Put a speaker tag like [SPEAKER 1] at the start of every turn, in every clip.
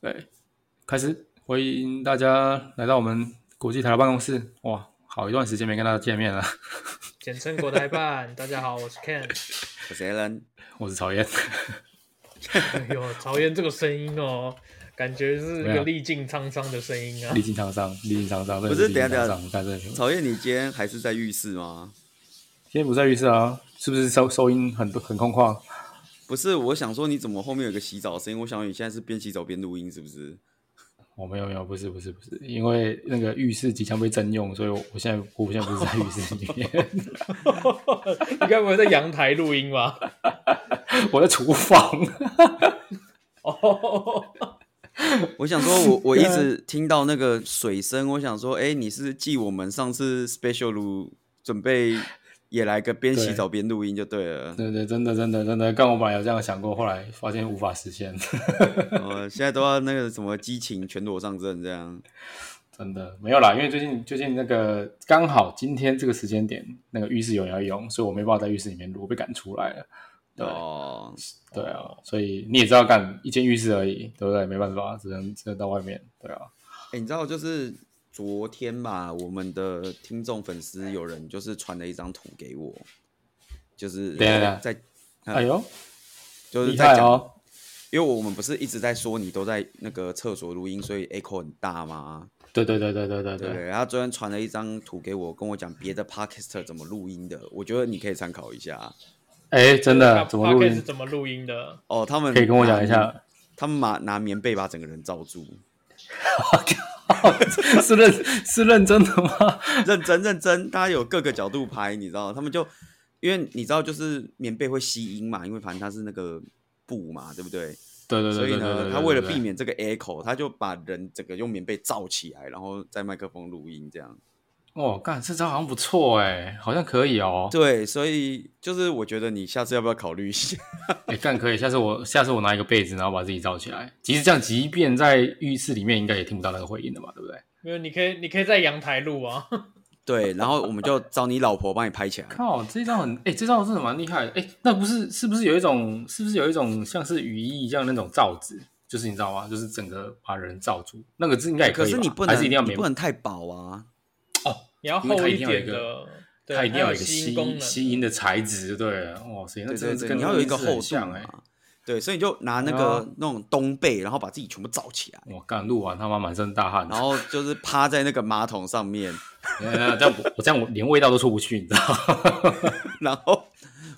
[SPEAKER 1] 对，开始欢迎大家来到我们国际台的办公室。哇，好一段时间没跟大家见面了。
[SPEAKER 2] 简称国台办。 大家好，我是 Ken。
[SPEAKER 3] 我是 Alan，
[SPEAKER 1] 我是曹燕，
[SPEAKER 2] 哎呦，曹岩这个声音哦，感觉是一
[SPEAKER 1] 没有
[SPEAKER 2] 个历尽沧桑的声音啊
[SPEAKER 1] 历。经沧桑，历经沧桑，不
[SPEAKER 3] 不是
[SPEAKER 1] 历经
[SPEAKER 3] 等一下
[SPEAKER 1] 沧
[SPEAKER 3] 等
[SPEAKER 1] 桑，但是今
[SPEAKER 3] 曹燕，你今天还是在浴室吗？
[SPEAKER 1] 天不在浴室啊，是不是收收音很多很空旷？
[SPEAKER 3] 不是，我想说你怎么后面有个洗澡的声音？我想你现在是边洗澡边录音是不是？
[SPEAKER 1] 我、哦没有没有，不是不是不是，因为那个浴室即将被征用，所以我我现在我现在不是在浴室里面，
[SPEAKER 2] 你该不会在阳台录音吧？
[SPEAKER 1] 我在厨房。
[SPEAKER 2] 哦，
[SPEAKER 3] 我想 说我，我一直
[SPEAKER 1] 啊
[SPEAKER 3] 听到那个水声，我想说，哎、你是继我们上次 special 录准备也来个边洗澡边录音就对了。
[SPEAKER 1] 对对，真的真的真的，刚我本来有这样想过，后来发现无法实现，
[SPEAKER 3] 呃，现在都要那个什么激情全裸上阵这样。
[SPEAKER 1] 真的没有啦，因为最近最近那个刚好今天这个时间点，那个浴室有人要用，所以我没办法在浴室里面录，我被赶出来了。对
[SPEAKER 3] 哦，
[SPEAKER 1] 对啊，所以你也知道，干一间浴室而已，对不对？没办法，只能只能到外面。对啊，
[SPEAKER 3] 哎、你知道就是昨天嘛，我们的听众粉丝有人就是传了一张图给我，就是
[SPEAKER 1] 等一下等一下
[SPEAKER 3] 在嗯
[SPEAKER 1] 哎呦，
[SPEAKER 3] 就是
[SPEAKER 1] 厉
[SPEAKER 3] 在
[SPEAKER 1] 害
[SPEAKER 3] 讲，
[SPEAKER 1] 哦！
[SPEAKER 3] 因为我们不是一直在说你都在那个厕所录音，所以 echo 很大吗？
[SPEAKER 1] 对对对对对对
[SPEAKER 3] 对不
[SPEAKER 1] 对，
[SPEAKER 3] 对？他昨天传了一张图给我，跟我讲别的 podcaster 怎么录音的，我觉得你可以参考一下。
[SPEAKER 1] 哎， 真的怎么录
[SPEAKER 2] 哦 Podcast
[SPEAKER 1] 音？
[SPEAKER 2] 怎么录音的？
[SPEAKER 3] 哦，他们
[SPEAKER 1] 可以跟我讲一
[SPEAKER 3] 拿，
[SPEAKER 1] 下，
[SPEAKER 3] 他们拿拿棉被把整个人罩住，
[SPEAKER 1] 是认是认真的吗？
[SPEAKER 3] 认真认真，大家有各个角度拍，你知道，他们就因为你知道，就是棉被会吸音嘛，因为反正它是那个布嘛，对不对？
[SPEAKER 1] 对对
[SPEAKER 3] 所
[SPEAKER 1] 对
[SPEAKER 3] 以
[SPEAKER 1] 对对
[SPEAKER 3] 呢，
[SPEAKER 1] 对，
[SPEAKER 3] 他为了避
[SPEAKER 1] 免
[SPEAKER 3] 免这个 echo，他就把人整个用棉被罩起来，然后在麦克风录音这样。
[SPEAKER 1] 哦，干这招好像不错哎，好像可以哦。
[SPEAKER 3] 对，所以就是我觉得你下次要不要考虑一下？
[SPEAKER 1] 哎，干可以，下次我下次我拿一个被子，然后把自己罩起来。即使这样，即便在浴室里面，应该也听不到那个回音的嘛，对不对？
[SPEAKER 2] 没有，你可以，你可以在阳台录啊。
[SPEAKER 3] 对，然后我们就找你老婆帮你拍 起来。
[SPEAKER 1] 靠，这招很哎、这招真的蛮厉害的哎、那不是是不是有一种是不是有一种像是雨衣一样那种罩子？就是你知道吗？就是整个把人罩住，那个字应该也
[SPEAKER 3] 可
[SPEAKER 1] 以吧？
[SPEAKER 3] 是你不
[SPEAKER 1] 还
[SPEAKER 3] 能，
[SPEAKER 1] 是一定要
[SPEAKER 3] 你
[SPEAKER 1] 棉
[SPEAKER 3] 不能太薄啊。
[SPEAKER 2] 你要
[SPEAKER 1] 因为
[SPEAKER 2] 厚
[SPEAKER 1] 它一定要有一
[SPEAKER 2] 点
[SPEAKER 1] 个
[SPEAKER 2] 的，对
[SPEAKER 1] 它一定要有
[SPEAKER 2] 有
[SPEAKER 1] 一个
[SPEAKER 2] 吸
[SPEAKER 1] 吸
[SPEAKER 2] 音功能。
[SPEAKER 1] 吸音的材质，对了，哇塞，那真的
[SPEAKER 3] 对对
[SPEAKER 1] 是
[SPEAKER 3] 对，
[SPEAKER 1] 跟
[SPEAKER 3] 你要有一个厚度
[SPEAKER 1] 像哎、
[SPEAKER 3] 嘛。对，所以你就拿那
[SPEAKER 1] 对
[SPEAKER 3] 个那种冬被，然后把自己全部罩起来，
[SPEAKER 1] 我干录完他妈满身大汗，
[SPEAKER 3] 然后就是趴在那个马桶上面，
[SPEAKER 1] 等一下这样我我这样我连味道都出不去，你知道吗？
[SPEAKER 3] 然后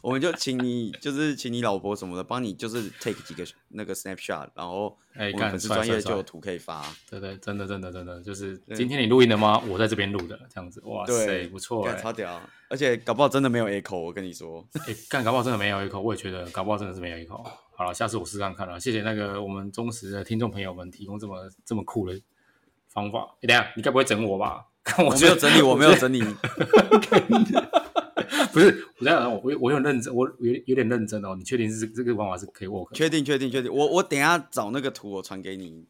[SPEAKER 3] 我们就请你，就是请你老婆什么的，帮你就是 take 几个那个 snapshot，然后
[SPEAKER 1] 哎
[SPEAKER 3] 我
[SPEAKER 1] 干
[SPEAKER 3] 们粉丝
[SPEAKER 1] 帅
[SPEAKER 3] 专业
[SPEAKER 1] 帅帅
[SPEAKER 3] 就有图可以发。
[SPEAKER 1] 对对，真的真的真的，就是
[SPEAKER 3] 对
[SPEAKER 1] 今天你录音了吗？我在这边录的，这样子，哇塞，
[SPEAKER 3] 对，
[SPEAKER 1] 不错哎、
[SPEAKER 3] 干超屌，啊而且搞不好真的没有 echo，我跟你说。
[SPEAKER 1] 哎、干搞不好真的没有一口，我也觉得搞不好真的是没有一口。好了，下次我试试看看了。谢谢那个我们忠实的听众朋友们提供这么这么酷的方法。哎等一下你该不会整我吧？看我
[SPEAKER 3] 我
[SPEAKER 1] 觉
[SPEAKER 3] 没
[SPEAKER 1] 得
[SPEAKER 3] 有整理，我没有整理。
[SPEAKER 1] 不是，我在想，我我有认真，我有有点认真哦。你确定是这个方法是可以 work 的
[SPEAKER 3] 确定，确定，确定。我我等一下找那个图，我传给你。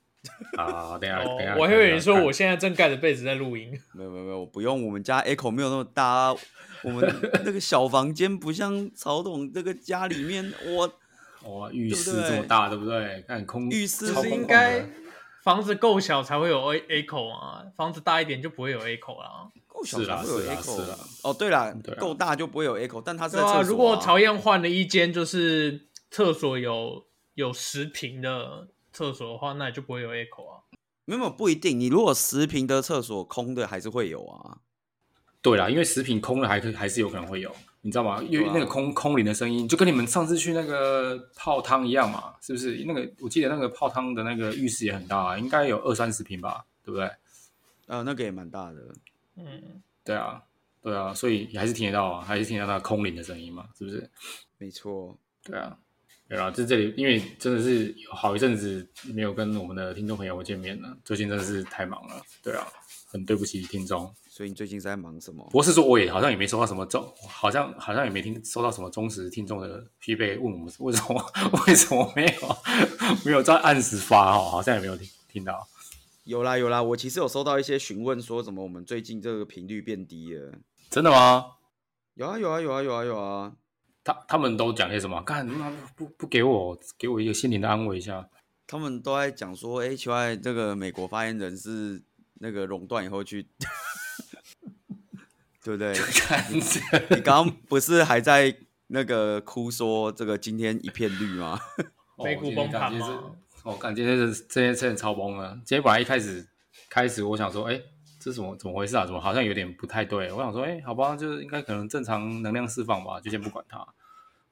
[SPEAKER 1] 啊？等一下，
[SPEAKER 2] 哦
[SPEAKER 1] 等一下，
[SPEAKER 2] 我还以为你
[SPEAKER 1] 你
[SPEAKER 2] 说我现在正盖着被子在录音。
[SPEAKER 3] 没有没有没有，我不用。我们家 echo 没有那么大啊、我们那个小房间不像曹董这个家里面，我
[SPEAKER 1] 哇，浴室
[SPEAKER 3] 对不
[SPEAKER 1] 这
[SPEAKER 3] 对
[SPEAKER 1] 么大，对不对？看空
[SPEAKER 3] 浴室
[SPEAKER 1] 超
[SPEAKER 3] 好
[SPEAKER 2] 就
[SPEAKER 1] 空旷
[SPEAKER 2] 是
[SPEAKER 1] 的
[SPEAKER 2] 应该房子够小才会有 A A 口啊，房子大一点就不会有 A 啊口啦。
[SPEAKER 3] 够小
[SPEAKER 1] 是
[SPEAKER 3] 才
[SPEAKER 1] 啦
[SPEAKER 3] 会有
[SPEAKER 1] 是啦
[SPEAKER 3] echo
[SPEAKER 1] 是啦
[SPEAKER 3] 哦，对啦
[SPEAKER 1] 对啊，
[SPEAKER 3] 够大就不会有 echo，但它是
[SPEAKER 2] 对
[SPEAKER 3] 在厕
[SPEAKER 2] 啊，
[SPEAKER 3] 所、
[SPEAKER 2] 如果曹燕换了一间就是厕所有有十平的厕所的话，那也就不会有 echo 啊。
[SPEAKER 3] 没有没有不一定，你如果十平的厕所空的还是会有啊。
[SPEAKER 1] 对啦，因为食品空了还可以还是有可能会有，你知道吗？因为
[SPEAKER 3] 对啊
[SPEAKER 1] 那个空空灵的声音，就跟你们上次去那个泡汤一样嘛，是不是？那个我记得那个泡汤的那个浴室也很大、啊，应该有二三十平吧，对不对？
[SPEAKER 3] 呃，那个也蛮大的。
[SPEAKER 2] 嗯，
[SPEAKER 1] 对啊，对啊，所以你还是听得到啊，还是听得到那个空灵的声音嘛，是不是？
[SPEAKER 3] 没错，
[SPEAKER 1] 对啊，对啊，就这里，因为真的是有好一阵子没有跟我们的听众朋友见面了，最近真的是太忙了，对啊，很对不起听众。
[SPEAKER 3] 所以你最近是在忙什么？
[SPEAKER 1] 不是说我也好像也没收到什么忠，好像好像也没听收到什么忠实听众的 f e 问我们为什么为什么没有没有在按时发哦，好像也没有听听到。
[SPEAKER 3] 有啦有啦，我其实有收到一些询问，说怎么我们最近这个频率变低了。
[SPEAKER 1] 真的吗？
[SPEAKER 3] 有啊有啊有啊有啊有啊，
[SPEAKER 1] 他他们都讲些什么？干他妈不不给我给我一个心灵的安慰一下。
[SPEAKER 3] 他们都在讲说，哎、奇怪，这个美国发言人是那个垄断以后去， 对不对？
[SPEAKER 1] 看着
[SPEAKER 3] 你刚刚不是还在那个哭说这个今天一片绿吗？
[SPEAKER 1] 哦
[SPEAKER 2] 美股崩盘吗
[SPEAKER 1] 我哦感觉这这件事情超崩了。今天本来一开始开始，我想说，哎，这怎么怎么回事啊？怎么好像有点不太对？我想说，哎，好吧，就是应该可能正常能量释放吧，就先不管它。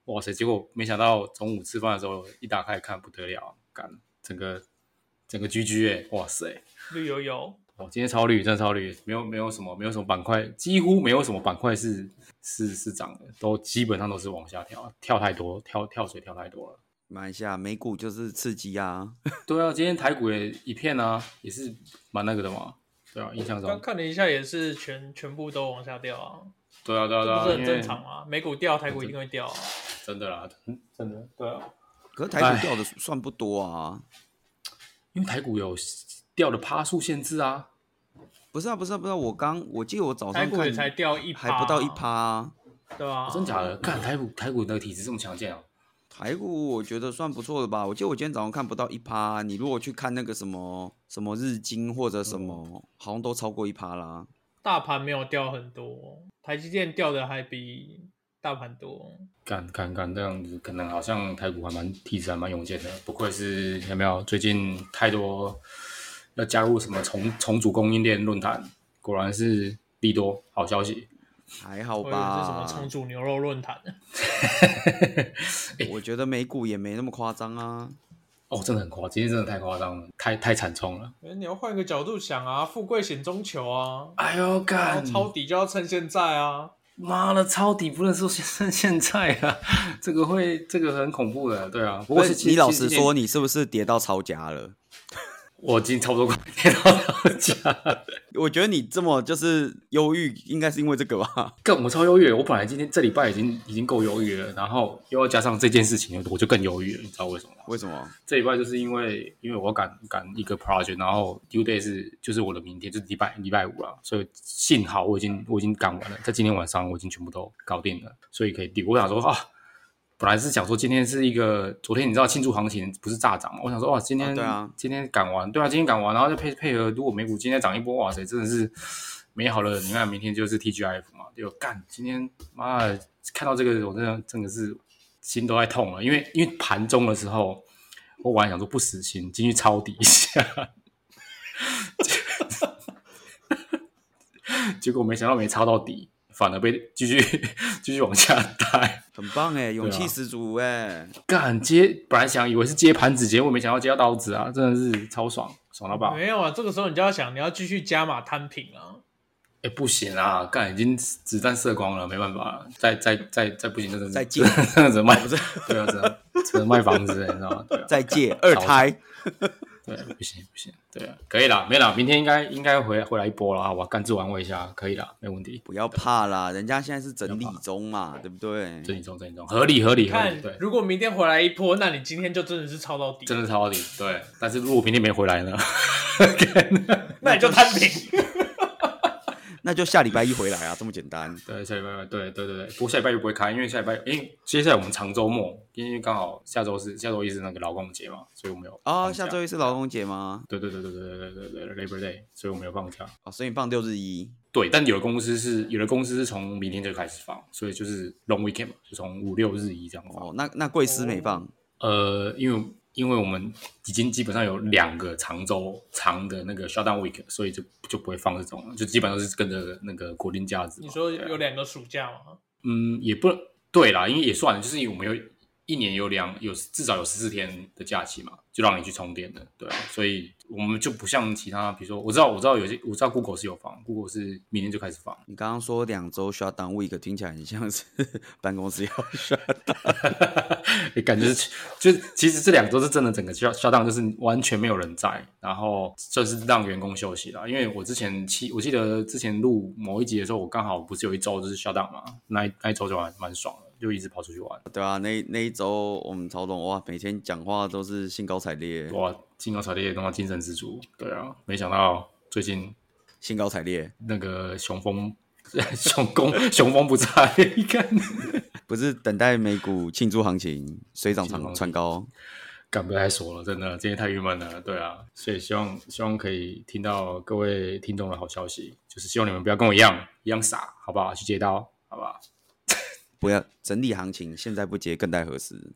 [SPEAKER 1] 哇塞！结果没想到中午吃饭的时候一打开看不得了，干整个整个 GG 哎、哇塞！
[SPEAKER 2] 绿油油，
[SPEAKER 1] 哦，今天超绿，真的超绿，没有没有什么没有什么板块，几乎没有什么板块是是是涨的，都基本上都是往下跳，跳太多，跳跳水跳太多了。
[SPEAKER 3] 马来西亚美股就是刺激啊，
[SPEAKER 1] 对啊，今天台股也一片啊，也是蛮那个的嘛。对啊，印象
[SPEAKER 2] 刚
[SPEAKER 1] 中，
[SPEAKER 2] 看了一下也是全全部都往下掉啊，
[SPEAKER 1] 对啊对啊对
[SPEAKER 2] 这
[SPEAKER 1] 啊，
[SPEAKER 2] 不是很
[SPEAKER 1] 因为
[SPEAKER 2] 正常吗？美股掉，台股一定会掉啊。
[SPEAKER 1] 真的啦，嗯真的对啊，
[SPEAKER 3] 可是台股掉的算不多啊。
[SPEAKER 1] 因为台股有掉的趴数限制啊。
[SPEAKER 3] 不是啊，不是啊，不是啊！我刚我记得我早
[SPEAKER 2] 台
[SPEAKER 3] 上
[SPEAKER 2] 股也
[SPEAKER 3] 看
[SPEAKER 2] 才掉一，
[SPEAKER 3] 还不到一，趴啊、
[SPEAKER 2] 对吧？
[SPEAKER 1] 真假的？看台股台股那个体质这么强健啊？
[SPEAKER 3] 台股我觉得算不错的吧。我记得我今天早上看不到一趴啊、你如果去看那个什么什么日经或者什么，好像都超过一趴啦。
[SPEAKER 2] 大盘没有掉很多，台积电掉的还比大盘多。
[SPEAKER 1] 干干干这样子，可能好像台股还蛮体质还蛮勇健的，不愧是有没有？最近太多要加入什么重重组供应链论坛，果然是利多好消息。
[SPEAKER 3] 还好
[SPEAKER 2] 我以为是什
[SPEAKER 3] 吧
[SPEAKER 2] 么？重组牛肉论坛，
[SPEAKER 1] 哎
[SPEAKER 3] 我觉得美股也没那么夸张啊。
[SPEAKER 1] 哦，真的很夸，今天真的太夸张了，太太惨重了。
[SPEAKER 2] 哎你要换一个角度想啊，富贵险中求啊，
[SPEAKER 1] 哎呦
[SPEAKER 2] 然后抄底就要趁现在啊。
[SPEAKER 1] 妈的，抄底不能说现现在啊， 这个会这个很恐怖的，对啊。不过
[SPEAKER 3] 不
[SPEAKER 1] 是
[SPEAKER 3] 是你老实说，，你是不是跌到抄家了？
[SPEAKER 1] 我已经差不多快跌到到家。
[SPEAKER 3] 我觉得你这么就是忧郁，应该是因为这个吧？
[SPEAKER 1] 干，我超忧郁的，我本来今天这礼拜已经已经够忧郁了，然后又要加上这件事情，我就更忧郁了，你知道为什么吗？
[SPEAKER 3] 为什么？
[SPEAKER 1] 这礼拜就是因为因为我赶赶一个 project，然后 due day 是就是我的明天，就是礼拜礼拜五了，所以幸好我已经我已经赶完了，在今天晚上我已经全部都搞定了，所以可以丢。我想说啊，本来是想说今天是一个，昨天你知道庆祝行情不是大涨嘛？我想说哇，今天、
[SPEAKER 3] 啊对啊
[SPEAKER 1] 今天赶完，对啊，今天赶完，然后再配配合，如果美股今天涨一波，哇塞，真的是美好了。你看明天就是 TGF 嘛，就干，今天妈的看到这个，我真的真的是心都在痛了，因为因为盘中的时候，我本来想说不死心，进去抄底一下。 结果没想到没抄到底，反而被继续 继续往下带。
[SPEAKER 3] 很棒哎、勇
[SPEAKER 1] 对
[SPEAKER 3] 气
[SPEAKER 1] 啊
[SPEAKER 3] 十足哎、
[SPEAKER 1] 干接，本来想以为是接盘子，结果没想到接到刀子啊，真的是超爽，爽到爆！哎、
[SPEAKER 2] 没有啊，这个时候你就要想，你要继续加码摊平啊。
[SPEAKER 1] 不行啊，干已经子弹射光了，没办法了，再再再再不行，真的是
[SPEAKER 3] 再进
[SPEAKER 1] 真的只能卖，对啊，只能只能卖房子了，你知道吗？对啊，
[SPEAKER 3] 再借二胎，
[SPEAKER 1] 对，啊不行不行，对啊，可以啦，没啦，明天应该应该回回来一波了啊，我干自玩味一下，可以啦，没问题，
[SPEAKER 3] 不要怕啦，人家现在是整理
[SPEAKER 1] 不要怕
[SPEAKER 3] 中嘛，对不对？
[SPEAKER 1] 正一中正一中，合理合理合
[SPEAKER 2] 看
[SPEAKER 1] 理，对，，
[SPEAKER 2] 如果明天回来一波，那你今天就真的是抄到底，
[SPEAKER 1] 真的超合理，对，但是如果明天没回来呢？
[SPEAKER 2] 那你就摊平。
[SPEAKER 3] 那就下礼拜一回来啊，这么简 单。
[SPEAKER 1] 对，下礼拜对对对对，不过下礼拜又不会开，因为下礼拜，因为接下来我们长周末，因为刚好下周是下周一是那个劳工节嘛，所以我们有
[SPEAKER 3] 哦，
[SPEAKER 1] 放假
[SPEAKER 3] 下周一是劳工节吗？
[SPEAKER 1] 对对对对对对对对对 Labor Day，所以我们有放假。
[SPEAKER 3] 哦，所以你放六日一，
[SPEAKER 1] 对，但有的公司是有的公司是从明天就开始放，所以就是 long weekend 嘛，就从五六日一这样放。
[SPEAKER 3] 哦，那那贵司没放，
[SPEAKER 1] 呃，因为因为我们已经基本上有两个长周长的那个 shutdown week，所以就就不会放这种了，就基本上是跟着那个国定假日嘛。
[SPEAKER 2] 你说
[SPEAKER 1] 对啊
[SPEAKER 2] 有两个暑假吗？
[SPEAKER 1] 嗯，也不对啦，因为也算了，就是因为我们有一年有两有至少有十四天的假期嘛，就让你去充电的，对啊，所以我们就不像其他，比如说我知道我知道有些我知道 Google 是有放，Google 是明天就开始放，
[SPEAKER 3] 你刚刚说两周 shut down week，听起来很像是 办公室要 shut down。
[SPEAKER 1] 也感觉是就是其实这两周是真的整个销销档就是完全没有人在，然后就是让员工休息啦。因为我之前七我记得之前录某一集的时候，我刚好不是有一周就是销档嘛，那一那一周就还蛮爽的，就一直跑出去玩。
[SPEAKER 3] 对啊，那那一周我们曹总哇，每天讲话都是兴高采烈，
[SPEAKER 1] 哇，金牛草地也他妈精神支柱，对啊，没想到最近
[SPEAKER 3] 兴高采烈，
[SPEAKER 1] 那个雄风 雄公雄风不在，你看
[SPEAKER 3] 不是等待美股庆祝行情，水涨
[SPEAKER 1] 庆祝行
[SPEAKER 3] 船
[SPEAKER 1] 情
[SPEAKER 3] 船高。
[SPEAKER 1] 干不太说了，真的，今天太郁闷了，对啊，所以希望希望可以听到各位听众的好消息，就是希望你们不要跟我一样一样傻，好不好？去接刀，好不好？
[SPEAKER 3] 不要整理行情，现在不接更待何时？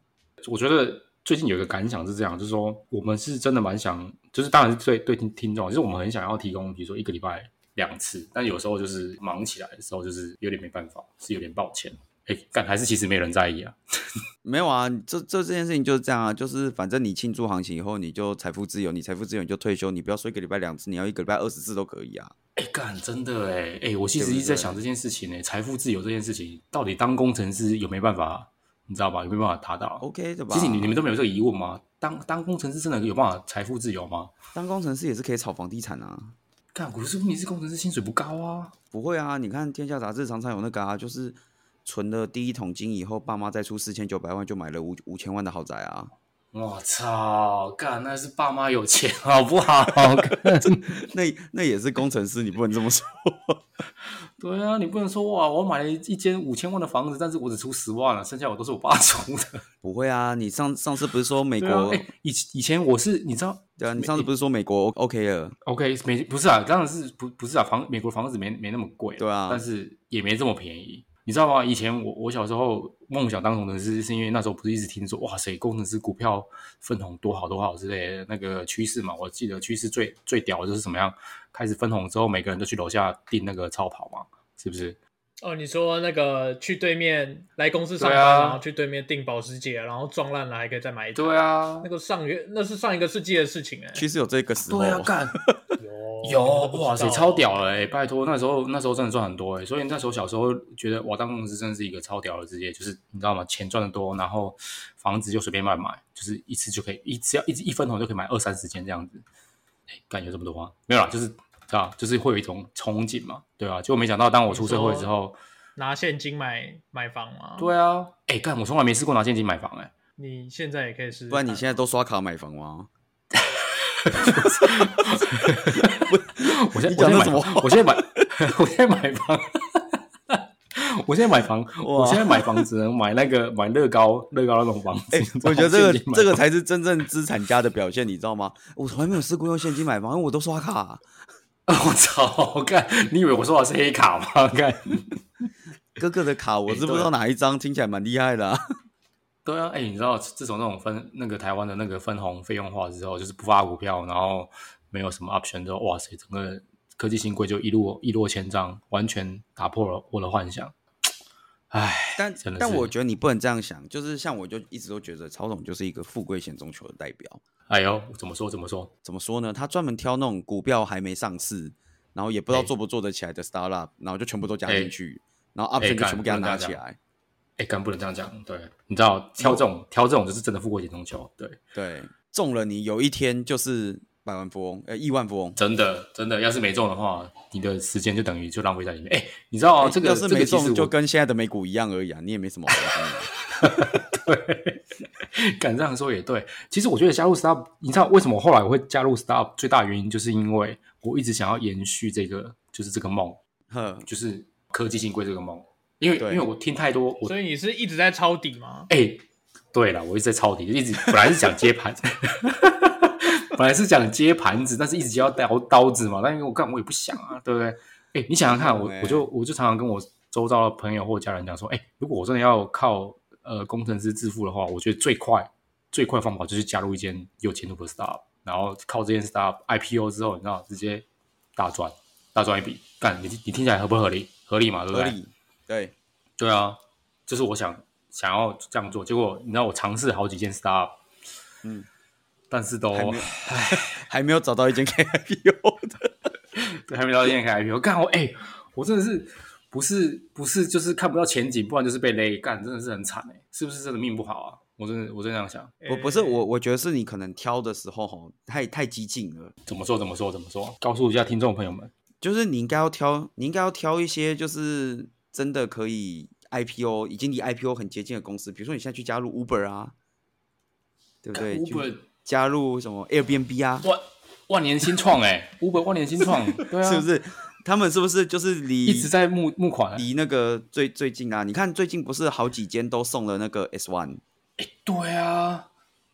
[SPEAKER 1] 我觉得最近有一个感想是这样，就是说我们是真的蛮想，就是当然是对对听听众，就是我们很想要提供，比如说一个礼拜两次，但有时候就是忙起来的时候，就是有点没办法，是有点抱歉。哎，干还是其实没人在意啊。
[SPEAKER 3] 没有啊，这这这件事情就是这样啊，就是反正你庆祝行情以后，你就财富自由，你财富自由你就退休，你不要说一个礼拜两次，你要一个礼拜二十次都可以啊。
[SPEAKER 1] 哎，干真的哎哎，我其实
[SPEAKER 3] 对不
[SPEAKER 1] 一
[SPEAKER 3] 对
[SPEAKER 1] 直在想这件事情呢、财富自由这件事情，到底当工程师有没办法，你知道吧？有没有办法达到
[SPEAKER 3] OK 哦的吧？
[SPEAKER 1] 其实你你们都没有这个疑问吗？当当工程师真的有办法财富自由吗？
[SPEAKER 3] 当工程师也是可以炒房地产啊。
[SPEAKER 1] 干，可是问题是工程师薪水不高啊。
[SPEAKER 3] 不会啊，你看《天下杂志》常常有那个啊，就是存了第一桶金以后，爸妈再出四千九百万就买了五五千万的豪宅啊。
[SPEAKER 1] 我操，干那是爸妈有钱好不好？干
[SPEAKER 3] 那那也是工程师，你不能这么说。
[SPEAKER 1] 对啊，你不能说哇，我买了一间五千万的房子，但是我只出十万了，剩下我都是我爸出的。
[SPEAKER 3] 不会啊，你上上次不是说美
[SPEAKER 1] 对
[SPEAKER 3] 国？
[SPEAKER 1] 啊，哎、以以前我是你知道
[SPEAKER 3] 对啊，你上次不是说美国 O- OK 了？
[SPEAKER 1] ，OK，美不是啊，当然是不不是啊，房美国房子没没那么贵，
[SPEAKER 3] 对啊
[SPEAKER 1] 但是也没这么便宜。你知道吗？以前我我小时候梦想当工程师，是因为那时候不是一直听说哇塞，工程师股票分红多好多好之类的那个趋势嘛。我记得趋势最最屌的就是怎么样，开始分红之后，每个人都去楼下订那个超跑嘛，是不是？
[SPEAKER 2] 哦，你说那个去对面来公司上班，
[SPEAKER 1] 对啊
[SPEAKER 2] 然后去对面订保时捷，然后撞烂了还可以再买一台。
[SPEAKER 1] 对啊
[SPEAKER 2] 那，个上月那是上一个世纪的事情哎、
[SPEAKER 3] 其实有这个时候，
[SPEAKER 1] 对啊，干。
[SPEAKER 2] 有
[SPEAKER 1] 有
[SPEAKER 2] 哦我都不知道
[SPEAKER 1] 哇塞，超屌了哎、拜托，那时候那时候真的赚很多哎、所以那时候小时候觉得哇，当工程师真的是一个超屌的职业，就是你知道吗？钱赚的多，然后房子就随便乱买，就是一次就可以一只要一一分红就可以买二三十间这样子。哎、干有这么多吗？没有啦，就是知道，就是会有一种憧憬嘛，对啊，结果没想到当我出社会之后，
[SPEAKER 2] 拿现金买买房吗？，
[SPEAKER 1] 对啊，哎、干我从来没试过拿现金买房哎、
[SPEAKER 2] 你现在也可以试试看。
[SPEAKER 3] 不然你现在都刷卡买 房吗？
[SPEAKER 1] 我现在
[SPEAKER 3] 你讲
[SPEAKER 1] 我现在
[SPEAKER 3] 的
[SPEAKER 1] 买
[SPEAKER 3] 什么
[SPEAKER 1] 房，我现在买，我现在买房，我现在买房，我现在买房只能买那个买乐高乐高那种房子。
[SPEAKER 3] 哎我觉得
[SPEAKER 1] 现
[SPEAKER 3] 这
[SPEAKER 1] 金
[SPEAKER 3] 个
[SPEAKER 1] 买
[SPEAKER 3] 这个才是真正资产家的表现，你知道吗？我从来没有试过用现金买房，因为我都刷卡、
[SPEAKER 1] 我操！我看你以为我说的是黑卡吗？看，
[SPEAKER 3] 哥哥的卡，我是不知道
[SPEAKER 1] 哎啊
[SPEAKER 3] 哪一张，听起来蛮厉害的、啊。
[SPEAKER 1] 对啊，哎、你知道自从那种分那个台湾的那个分红费用化之后，就是不发股票，然后没有什么 option 之后，哇塞，整个科技新贵就一落一落千丈，完全打破了我的幻想。唉，
[SPEAKER 3] 但
[SPEAKER 1] 真的
[SPEAKER 3] 但
[SPEAKER 1] 是
[SPEAKER 3] 我觉得你不能这样想，就是像我就一直都觉得曹总就是一个富贵险中求的代表。
[SPEAKER 1] 哎呦，怎么说怎么说？
[SPEAKER 3] 怎么说呢？他专门挑那种股票还没上市，然后也不知道
[SPEAKER 1] 哎
[SPEAKER 3] 做不做得起来的 startup，、然后就全部都加
[SPEAKER 1] 哎
[SPEAKER 3] 进去，然后
[SPEAKER 1] 哎
[SPEAKER 3] option 就
[SPEAKER 1] 干
[SPEAKER 3] 全部给他
[SPEAKER 1] 不能
[SPEAKER 3] 拿
[SPEAKER 1] 这
[SPEAKER 3] 起
[SPEAKER 1] 样
[SPEAKER 3] 来。
[SPEAKER 1] 哎，干不能这样讲，对，你知道挑这种挑这种就是真的富贵险中求，对，
[SPEAKER 3] 对，中了你有一天就是百万富翁，呃，亿万富翁。
[SPEAKER 1] 真的真的，要是没中的话，你的时间就等于就浪费在里面。哎，你知道、
[SPEAKER 3] 哎
[SPEAKER 1] 这个
[SPEAKER 3] 要是
[SPEAKER 1] 这
[SPEAKER 3] 没
[SPEAKER 1] 个其
[SPEAKER 3] 中，
[SPEAKER 1] 实
[SPEAKER 3] 就
[SPEAKER 1] 我
[SPEAKER 3] 跟现在的美股一样而已啊，你也没什么好担心 的。
[SPEAKER 1] 敢这样说也对。其实我觉得加入 Stop，你知道为什么后来我会加入 Stop 最大原因，就是因为我一直想要延续这个就是这个梦，
[SPEAKER 3] 呵，
[SPEAKER 1] 就是科技新贵这个梦，因为因
[SPEAKER 3] 对
[SPEAKER 1] 为我听太多我
[SPEAKER 2] 所以你是一直在抄底吗？
[SPEAKER 1] 哎、对了，我一直在抄底，一直本来是想接盘， 本来是想接盘子，但是一直接到刀刀子嘛，但因为我干我也不想啊，对不对？哎、你想想看，我
[SPEAKER 3] 懂欸
[SPEAKER 1] 我就我就常常跟我周遭的朋友或家人讲说，哎、如果我真的要靠呃工程师致富的话，我觉得最快最快的方法就是加入一间有前途的 startup，然后靠这件 startup IPO 之后，你知道直接大赚大赚一笔，干你你听起来合不合理？合理嘛，对不
[SPEAKER 3] 合
[SPEAKER 1] 对？
[SPEAKER 3] 理。对，
[SPEAKER 1] 对啊，就是我想想要这样做，结果你知道我尝试好几件 startup，
[SPEAKER 3] 嗯，
[SPEAKER 1] 但是都
[SPEAKER 3] 还没有 还没有找到一间 KIPO 的。
[SPEAKER 1] 对 还没到现在开 IPO，干我哎、我真的是不是不是就是看不到前景，不然就是被勒干，真的是很惨哎、是不是真的命不好啊？我真的我真的这样想，
[SPEAKER 3] 不不是我，我觉得是你可能挑的时候吼，太太激进了。
[SPEAKER 1] 怎么说怎么说怎么说？告诉一下听众朋友们，
[SPEAKER 3] 就是你应该要挑，你应该要挑一些就是真的可以 IPO，已经离 IPO 很接近的公司，比如说你现在去加入 Uber 啊，对不对
[SPEAKER 1] 干
[SPEAKER 3] 就
[SPEAKER 1] Uber
[SPEAKER 3] 加入什么 Airbnb 啊，
[SPEAKER 1] 万万年新创哎、五本万年新 创，对啊，
[SPEAKER 3] 是不是？他们是不是就是离
[SPEAKER 1] 一直在募募款？啊
[SPEAKER 3] 离那个最最近啊？你看最近不是好几间都送了那个 S One，
[SPEAKER 1] 对啊，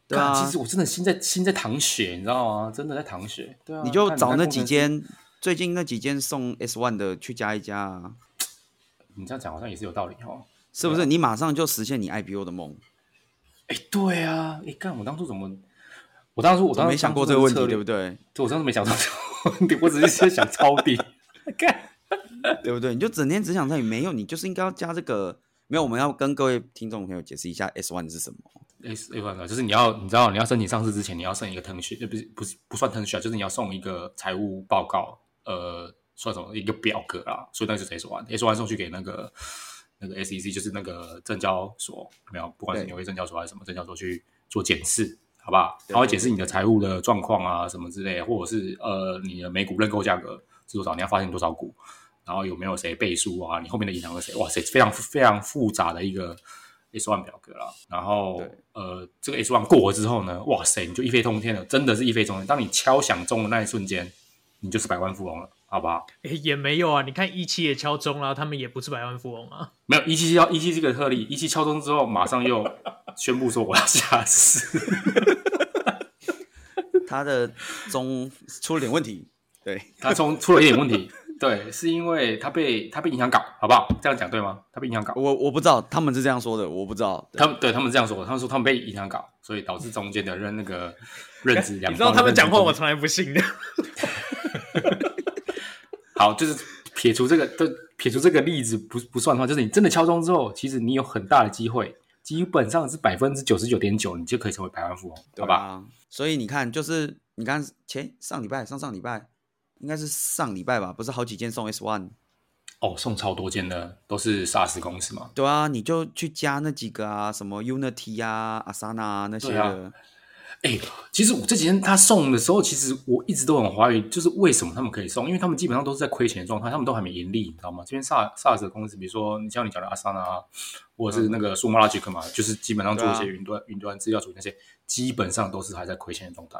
[SPEAKER 3] 对啊
[SPEAKER 1] 干其实我真的心在心在淌血，你知道吗？真的在淌血。对啊，
[SPEAKER 3] 你就
[SPEAKER 1] 干
[SPEAKER 3] 找那几，
[SPEAKER 1] 你看工程师
[SPEAKER 3] 间最近那几间送 S one 的去加一加啊，
[SPEAKER 1] 你这样讲好像也是有道理哦。
[SPEAKER 3] 是不是？你马上就实现你 IPO 的梦，
[SPEAKER 1] 哎，对啊，哎，干，我当初怎么，我当初我
[SPEAKER 3] 我
[SPEAKER 1] 当初
[SPEAKER 3] 没想过这个问题，对不
[SPEAKER 1] 对？
[SPEAKER 3] 对？
[SPEAKER 1] 对我当时没想到这个问题，我只是想抄底。 干，
[SPEAKER 3] 对不对？你就整天只想在你没有，你就是应该要加这个。没有，我们要跟各位听众朋友解释一下 S one 是什么。
[SPEAKER 1] 哎，是哎，不然就是你要，你知道你要申请上市之前，你要送一个腾讯，呃，不是不是不算腾讯啊，就是你要送一个财务报告，呃，算什么一个表格啊，所以那就是 S one S one 送去给那个那个 SEC，就是那个证交所，有没有，不管是
[SPEAKER 3] 对
[SPEAKER 1] 纽约证交所还是什么证交所去做检视，好不好？
[SPEAKER 3] 对
[SPEAKER 1] 他会检视你的财务的状况啊，什么之类，或者是呃你的每股认购价格是多少，你要发行多少股，然后有没有谁背书啊？你后面的银行有谁？哇塞，非常非常复杂的一个 S one 表格啦。然后
[SPEAKER 3] 对
[SPEAKER 1] 呃，这个 S one 过了之后呢，哇塞，你就一飞冲天了，真的是一飞冲天。当你敲响钟的那一瞬间，你就是百万富翁了，好不好？
[SPEAKER 2] 诶也没有啊。你看一期也敲钟啦，他们也不是百万富翁啊。
[SPEAKER 1] 没有一期要一期这个特例，一期敲钟之后，马上又宣布说我要下市。
[SPEAKER 3] 它的中出了点问题，对，
[SPEAKER 1] 他从出了一点问题，对，是因为他被他被银行搞，好不好？这样讲对吗？他被银行搞。
[SPEAKER 3] 我我不知道他们是这样说的，我不知道。对
[SPEAKER 1] 他们对他们这样说，他们说他们被银行搞，所以导致中间的认那个认知两。
[SPEAKER 2] 你知道他们讲话，我从来不信的。
[SPEAKER 1] 好，就是撇除这个，对，撇除这个例子不不算的话，就是你真的敲钟之后，其实你有很大的机会，基本上是百分之九十九点九，你就可以成为百万富翁，
[SPEAKER 3] 对
[SPEAKER 1] 好
[SPEAKER 3] 啊
[SPEAKER 1] 吧？
[SPEAKER 3] 吧？所以你看，就是你看前上礼拜、上上礼拜，应该是上礼拜吧，不是好几件送 S one，
[SPEAKER 1] 哦，送超多间的都是 SaaS 公司嘛，
[SPEAKER 3] 对啊，你就去加那几个啊，什么 Unity 啊、Asana 啊那些
[SPEAKER 1] 对
[SPEAKER 3] 的
[SPEAKER 1] 啊，哎、其实我这几天他送的时候，其实我一直都很怀疑，就是为什么他们可以送，因为他们基本上都是在亏钱的状态，他们都还没盈利，你知道吗？这边 SARS SARS 的公司，比如说你像你讲的阿萨啊，或者是那个数码 Logic 嘛，就是基本上做一些
[SPEAKER 3] 对啊
[SPEAKER 1] 云端、云端资料处理那些，基本上都是还在亏钱的状态。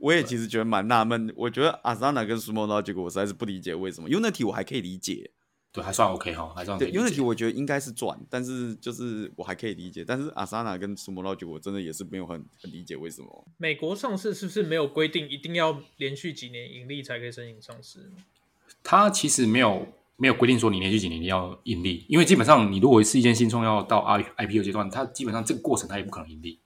[SPEAKER 3] 我也其实觉得蛮纳闷，我觉得 Asana 跟 Sumo Logic 我实在是不理解为什么 Unity 我还可以理解，
[SPEAKER 1] 对，还算 OK 哈，还算
[SPEAKER 3] 对
[SPEAKER 1] OK。
[SPEAKER 3] Unity 我觉得应该是赚，但是就是我还可以理解，但是 Asana 跟 Sumo Logic 我真的也是没有很很理解为什么。
[SPEAKER 2] 美国上市是不是没有规定一定要连续几年盈利才可以申请上市？
[SPEAKER 1] 它其实没有没有规定说你连续几年一定要盈利，因为基本上你如果是一间新创要到 I I P O 阶段，它基本上这个过程它也不可能盈利，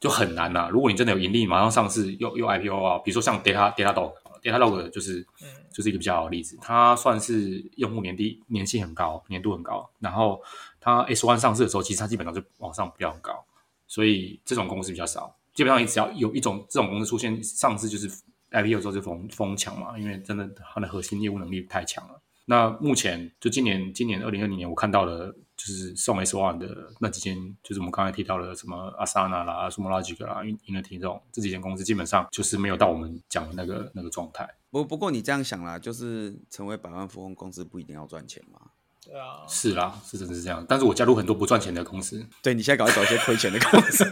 [SPEAKER 1] 就很难呐、如果你真的有盈利，马上上市又又 I P O 啊，比如说像 Data Data Dog Data Dog 就是
[SPEAKER 2] 嗯
[SPEAKER 1] 就是一个比较好的例子，它算是用户年低粘性很高，粘度很高，然后它 S one 上市的时候，其实它基本上就往上飙很高，所以这种公司比较少。基本上你只要有一种这种公司出现上市，就是 IPO 之后就疯疯抢嘛，因为真的它的核心业务能力太强了。那目前就今年今年二零二零年，我看到了就是送 S one 的那几间，就是我们刚才提到的什么 Asana 啦、Sumo Logic 啦、Unity 这种这几间公司，基本上就是没有到我们讲的那个那个状态。
[SPEAKER 3] 不不过你这样想啦，就是成为百万富翁公司不一定要赚钱嘛。
[SPEAKER 2] 对啊，
[SPEAKER 1] 是啦，是真的是这样。但是我加入很多不赚钱的公司，
[SPEAKER 3] 对你现在搞一搞一些亏钱的公司，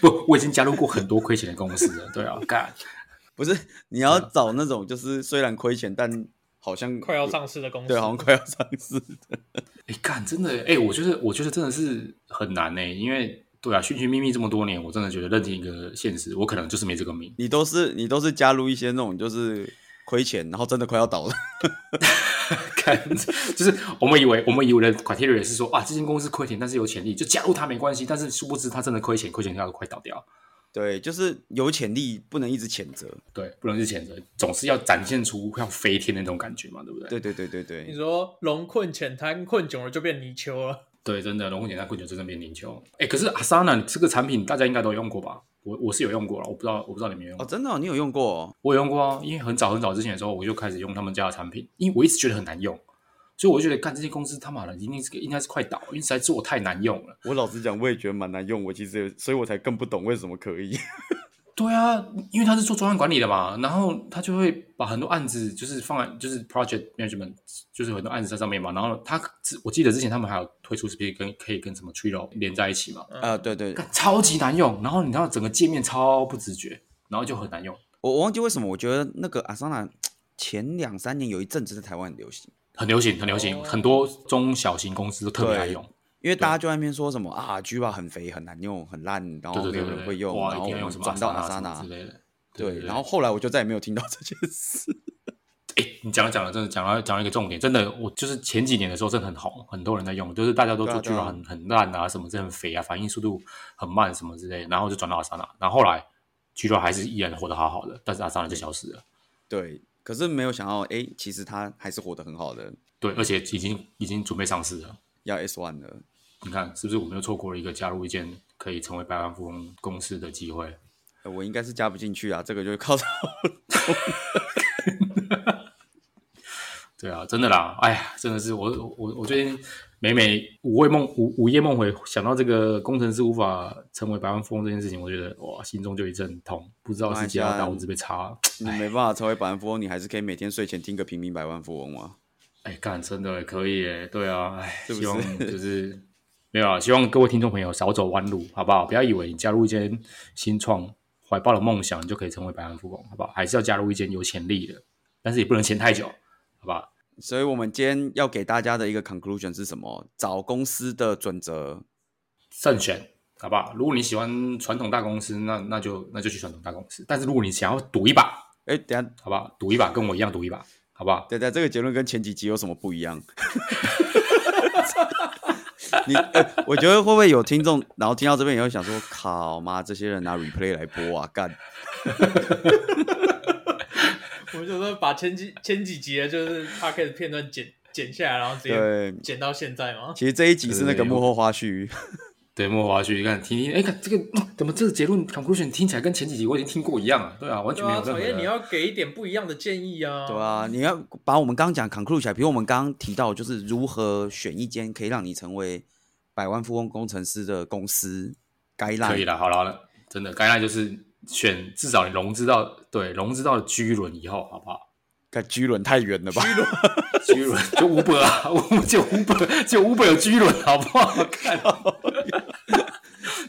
[SPEAKER 1] 不，我已经加入过很多亏钱的公司了。对啊，干，
[SPEAKER 3] 不是你要找那种就是虽然亏钱但好像
[SPEAKER 2] 快要上市的公司，
[SPEAKER 3] 对，好像快要上市的。
[SPEAKER 1] 哎，干，真的，哎，我觉得，我觉得真的是很难呢、因为对啊，寻寻觅觅这么多年，我真的觉得认清一个现实，我可能就是没这个命。
[SPEAKER 3] 你都是你都是加入一些那种就是亏钱，然后真的快要倒了。
[SPEAKER 1] 看， 就是我们以为我们以为的 criteria 是说啊，这间公司亏钱，但是有潜力，就加入它没关系。但是殊不知它真的亏钱，亏钱它都快倒掉。
[SPEAKER 3] 对，就是有潜力，不能一直谴责。
[SPEAKER 1] 对，不能是谴责，总是要展现出要飞天的那种感觉嘛，对不对？
[SPEAKER 3] 对对对对对
[SPEAKER 2] 你，说龙困浅滩，困久了就变泥 鳅了。
[SPEAKER 1] 对，真的，龙虎简单棍球真正变灵球。哎，可是 Asana 这个产品大家应该都用过吧？我我是有用过了，我不知道我不知道你们有用
[SPEAKER 3] 哦，
[SPEAKER 1] 过，
[SPEAKER 3] 真的、哦，你有用过、哦？
[SPEAKER 1] 我有用过啊，因为很早很早之前的时候我就开始用他们家的产品，因为我一直觉得很难用，所以我就觉得干这些公司他妈的一定是应该是快倒，因为实在做太难用了。
[SPEAKER 3] 我老实讲，我也觉得蛮难用。我其实也，所以我才更不懂为什么可以。
[SPEAKER 1] 对啊，因为他是做专案管理的嘛，然后他就会把很多案子就是放在就是 project management，就是很多案子在上面嘛。然后他我记得之前他们还有推出 SPA 跟可以跟什么 Trello 连在一起嘛，
[SPEAKER 3] 啊、
[SPEAKER 2] 嗯
[SPEAKER 3] 对对，
[SPEAKER 1] 干超级难用。然后你知道整个界面超不直觉，然后就很难用，
[SPEAKER 3] 我我忘记为什么，我觉得那个 Asana 前两三年有一阵子在台湾很流行。
[SPEAKER 1] 很流行，很流行，
[SPEAKER 2] 哦
[SPEAKER 1] 很多中小型公司都特别爱
[SPEAKER 3] 对
[SPEAKER 1] 用。
[SPEAKER 3] 因为大家就在那边说什么啊，G 吧很肥很难用很烂，然后
[SPEAKER 1] 对
[SPEAKER 3] 没
[SPEAKER 1] 对
[SPEAKER 3] 有
[SPEAKER 1] 对
[SPEAKER 3] 人
[SPEAKER 1] 对
[SPEAKER 3] 会用，
[SPEAKER 1] 哇
[SPEAKER 3] 然
[SPEAKER 1] 一
[SPEAKER 3] 后
[SPEAKER 1] 定要
[SPEAKER 3] 我
[SPEAKER 1] 用
[SPEAKER 3] 们
[SPEAKER 1] 什么
[SPEAKER 3] 转到阿
[SPEAKER 1] Asana
[SPEAKER 3] 萨
[SPEAKER 1] 什么
[SPEAKER 3] 纳
[SPEAKER 1] 之。类的。
[SPEAKER 3] 对，然后后来我就再也没有听到这件事。
[SPEAKER 1] 哎、你讲了讲了，真的讲到讲到一个重点，真的，我就是前几年的时候，真的很红，很多人在用，就是大家都
[SPEAKER 3] 对啊
[SPEAKER 1] 说巨
[SPEAKER 3] 对啊
[SPEAKER 1] 软很很烂啊，什么这很肥啊，反应速度很慢什么之类的，然后就转到阿萨纳，然后后来巨软还是依然活得好好的，但是阿萨纳就消失了，
[SPEAKER 3] 对，可是没有想到，哎，其实他还是活得很好的，
[SPEAKER 1] 对，而且已经已经准备上市了，
[SPEAKER 3] 要 S one 了。
[SPEAKER 1] 你看是不是我们又错过了一个加入一件可以成为百万富翁公司的机会？
[SPEAKER 3] 呃我应该是加不进去啊，这个就靠
[SPEAKER 1] 对啊，真的啦，哎呀，真的是我我我最近每每午夜梦午午夜梦回，想到这个工程师无法成为百万富翁这件事情，我觉得哇，心中就一阵痛，不知道是剪刀刀子被 插，
[SPEAKER 3] 你没办法成为百万富翁，你还是可以每天睡前听个平民百万富翁啊。
[SPEAKER 1] 哎，干，真的可以耶，对啊，哎，
[SPEAKER 3] 是不
[SPEAKER 1] 希
[SPEAKER 3] 是
[SPEAKER 1] 望就是没有啊，希望各位听众朋友少走弯路，好不好？不要以为你加入一间新创，怀抱了梦想，你就可以成为百万富翁，好不好？还是要加入一间有潜力的，但是也不能潜太久，好不好？
[SPEAKER 3] 所以，我们今天要给大家的一个 conclusion 是什么？找公司的准则，
[SPEAKER 1] 慎选，好不好？如果你喜欢传统大公司，那那就那就去传统大公司。但是如果你想要赌一把，
[SPEAKER 3] 哎，等一下，
[SPEAKER 1] 好不好？赌一把，跟我一样赌一把，好不好？
[SPEAKER 3] 对对，这个结论跟前几集有什么不一样？ 你、呃我觉得会不会有听众，然后听到这边也会想说：“靠妈，这些人拿 replay 来播啊，干
[SPEAKER 2] 我们就是把前几前几集的就是 p o c a s t 片段剪剪下来，然后直接
[SPEAKER 3] 对。
[SPEAKER 2] 剪到现在嘛”。
[SPEAKER 3] 其实这一集是那个幕后花絮，
[SPEAKER 1] 对，莫华去看听听，哎，看这个嗯怎么这个结论 conclusion 听起来跟前几集我已经听过一样啊？对啊，完全
[SPEAKER 2] 对
[SPEAKER 1] 没
[SPEAKER 2] 啊，
[SPEAKER 1] 有任
[SPEAKER 2] 讨
[SPEAKER 1] 何
[SPEAKER 2] 厌你
[SPEAKER 1] 的。
[SPEAKER 2] 要给一点不一样的建议啊。
[SPEAKER 3] 对啊，你要把我们刚刚讲 conclude 起来，比如我们刚刚提到，就是如何选一间可以让你成为百万富翁工程师的公司，该让
[SPEAKER 1] 可以了，好了，好了，真的，该那就是选至少你融资到对融资到 G 轮以后，好不好
[SPEAKER 3] 该居轮太远了吧？
[SPEAKER 1] ？G 轮就五本啊，我只有五本，只有五本有 G 轮，好不好？看，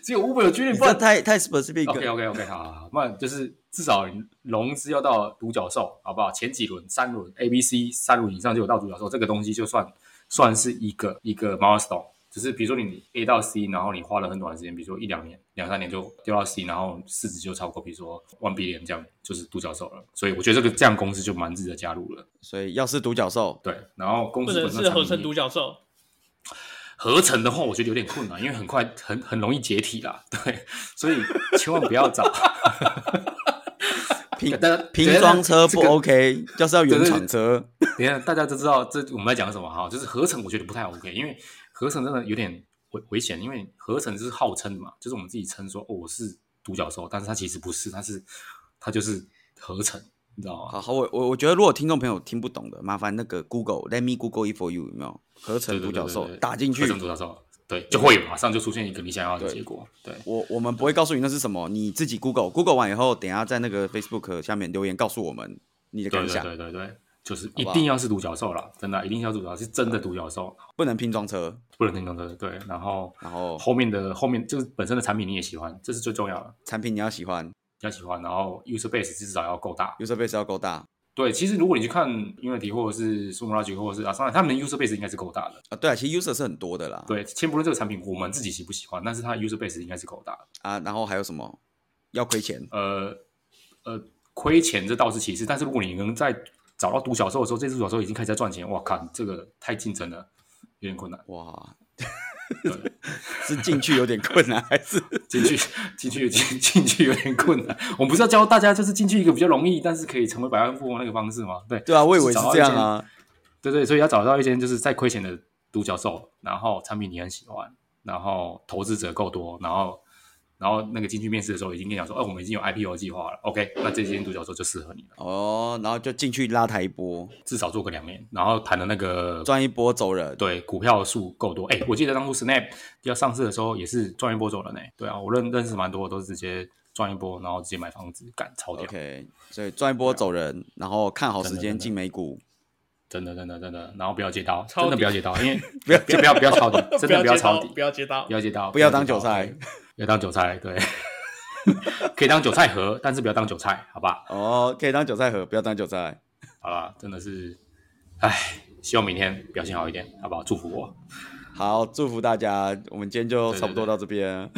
[SPEAKER 1] 只有五本有 G 轮，
[SPEAKER 3] 你
[SPEAKER 1] 不然
[SPEAKER 3] 这太太 specific，
[SPEAKER 1] OK OK OK，好好好， 那就是至少融资要到独角兽，好不好？前几轮三轮 A、B、C 三轮以上就有到独角兽，这个东西就算算是一个一个 milestone。只是比如说你 A 到 C，然后你花了很短的时间，比如说一两年、两三年就丢到 C，然后市值就超过比如说 one billion 这样，就是独角兽了。所以我觉得这个这样公司就蛮值得加入了。
[SPEAKER 3] 所以要是独角兽，
[SPEAKER 1] 对，然后公
[SPEAKER 2] 不
[SPEAKER 1] 司
[SPEAKER 2] 能
[SPEAKER 1] 本身
[SPEAKER 2] 是合成独
[SPEAKER 1] 角
[SPEAKER 2] 角兽。
[SPEAKER 1] 合成的话，我觉得有点困难，因为很快很很容易解体啦。对，所以千万不要 找
[SPEAKER 3] 拼
[SPEAKER 1] 大家
[SPEAKER 3] 拼装车不
[SPEAKER 1] 这个
[SPEAKER 3] OK，就是要原厂车。
[SPEAKER 1] 等一下，大家都知道这我们在讲什么哈，就是合成，我觉得不太 OK，因为合成真的有点危危险，因为合成就是号称的嘛，就是我们自己称说哦我是独角兽，但是它其实不是，它是它就是合成，你知道吗？
[SPEAKER 3] 好好，我我我觉得如果听众朋友听不懂的，麻烦那个 Google Let me Google it for you 有没有合成独角兽
[SPEAKER 1] 对对对对对
[SPEAKER 3] 打进去
[SPEAKER 1] 合？成独角兽，对，就会有马上就出现一个你想要的
[SPEAKER 3] 对
[SPEAKER 1] 结果，对，
[SPEAKER 3] 我我们不会告诉你那是什么，你自己 Google Google 完以后，等一下在那个 Facebook 下面留言告诉我们你的
[SPEAKER 1] 对
[SPEAKER 3] 感
[SPEAKER 1] 对
[SPEAKER 3] 想。
[SPEAKER 1] 对对对，就是
[SPEAKER 3] 好
[SPEAKER 1] 一
[SPEAKER 3] 不好
[SPEAKER 1] 定要是独角兽啦，真的一定要是独角，是真的独角兽，
[SPEAKER 3] 不能拼装车，
[SPEAKER 1] 不能听懂的，对，然后
[SPEAKER 3] 然后
[SPEAKER 1] 后面的后面就是本身的产品你也喜欢，这是最重要的，
[SPEAKER 3] 产品你要喜欢
[SPEAKER 1] 要喜欢，然后 user base 至少要够大。
[SPEAKER 3] ，user base 要够大
[SPEAKER 1] 对，其实如果你去看 Unity 或者是 s u m o l o g i 或者是 Asana，他们的 user base 应该是够大的。
[SPEAKER 3] 啊。对啊，其实 user 是很多的啦。
[SPEAKER 1] 对，先不论这个产品我们自己喜不喜欢，但是它的 user base 应该是够大的。
[SPEAKER 3] 啊，然后还有什么要亏钱？
[SPEAKER 1] 呃呃，亏钱这倒是其次，但是如果你能在找到独角兽的时候，这只独角兽已经开始在赚钱，哇靠，这个太竞争了，有点困难。
[SPEAKER 3] 哇，
[SPEAKER 1] 对，
[SPEAKER 3] 是进去有点困难，还是
[SPEAKER 1] 进去进去进进去有点困难。我们不是要教大家就是进去一个比较容易，但是可以成为百万富翁那个方式吗？对
[SPEAKER 3] 对啊？我以为是这样啊。
[SPEAKER 1] 对对，所以要找到一间就是在亏钱的独角兽，然后产品你很喜欢，然后投资者够多，然后然后那个进去面试的时候已经跟你讲说，哦，我们已经有 IPO 计划了，OK，那这间独角兽就适合你了，
[SPEAKER 3] 哦，然后就进去拉抬一波，
[SPEAKER 1] 至少做个两年，然后谈的那个
[SPEAKER 3] 赚一波走人。
[SPEAKER 1] 对股票数够多，哎，我记得当初 Snap 要上市的时候也是赚一波走人呢、对啊，我认认识蛮多，都是直接赚一波，然后直接买房子，干超屌。
[SPEAKER 3] OK，所以赚一波走人，然后看好时
[SPEAKER 1] 真的真
[SPEAKER 3] 间
[SPEAKER 1] 的
[SPEAKER 3] 进美股。
[SPEAKER 1] 真的，真的，真的，然后不要接刀，真
[SPEAKER 2] 抄
[SPEAKER 1] 的
[SPEAKER 2] 底
[SPEAKER 1] 不要接刀，因为 不要不要不要 不要抄底，真的不要
[SPEAKER 2] 接
[SPEAKER 1] 抄
[SPEAKER 2] 到，
[SPEAKER 1] 底，
[SPEAKER 2] 不要接到
[SPEAKER 1] 不。要接刀，
[SPEAKER 3] 不要当
[SPEAKER 1] 接刀
[SPEAKER 3] 韭菜
[SPEAKER 1] 对不要当韭菜， 对，可以当韭菜盒，但是不要当韭菜，好吧？
[SPEAKER 3] 哦，可以当韭菜盒，不要当韭菜。
[SPEAKER 1] 好啦，真的是，唉，希望明天表现好一点，好不好？祝福我。
[SPEAKER 3] 好，祝福大家，我们今天就差不多到这边。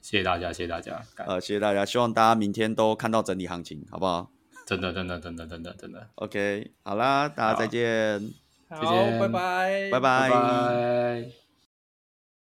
[SPEAKER 1] 谢谢大家，谢谢大家，感
[SPEAKER 3] 呃，谢谢大家，希望大家明天都看到整理行情，好不好
[SPEAKER 1] 真的真的真的真的真的，
[SPEAKER 3] ？OK，好啦，大家再见，
[SPEAKER 2] 好
[SPEAKER 1] 再，见
[SPEAKER 2] 拜拜，
[SPEAKER 3] 拜
[SPEAKER 1] 拜拜。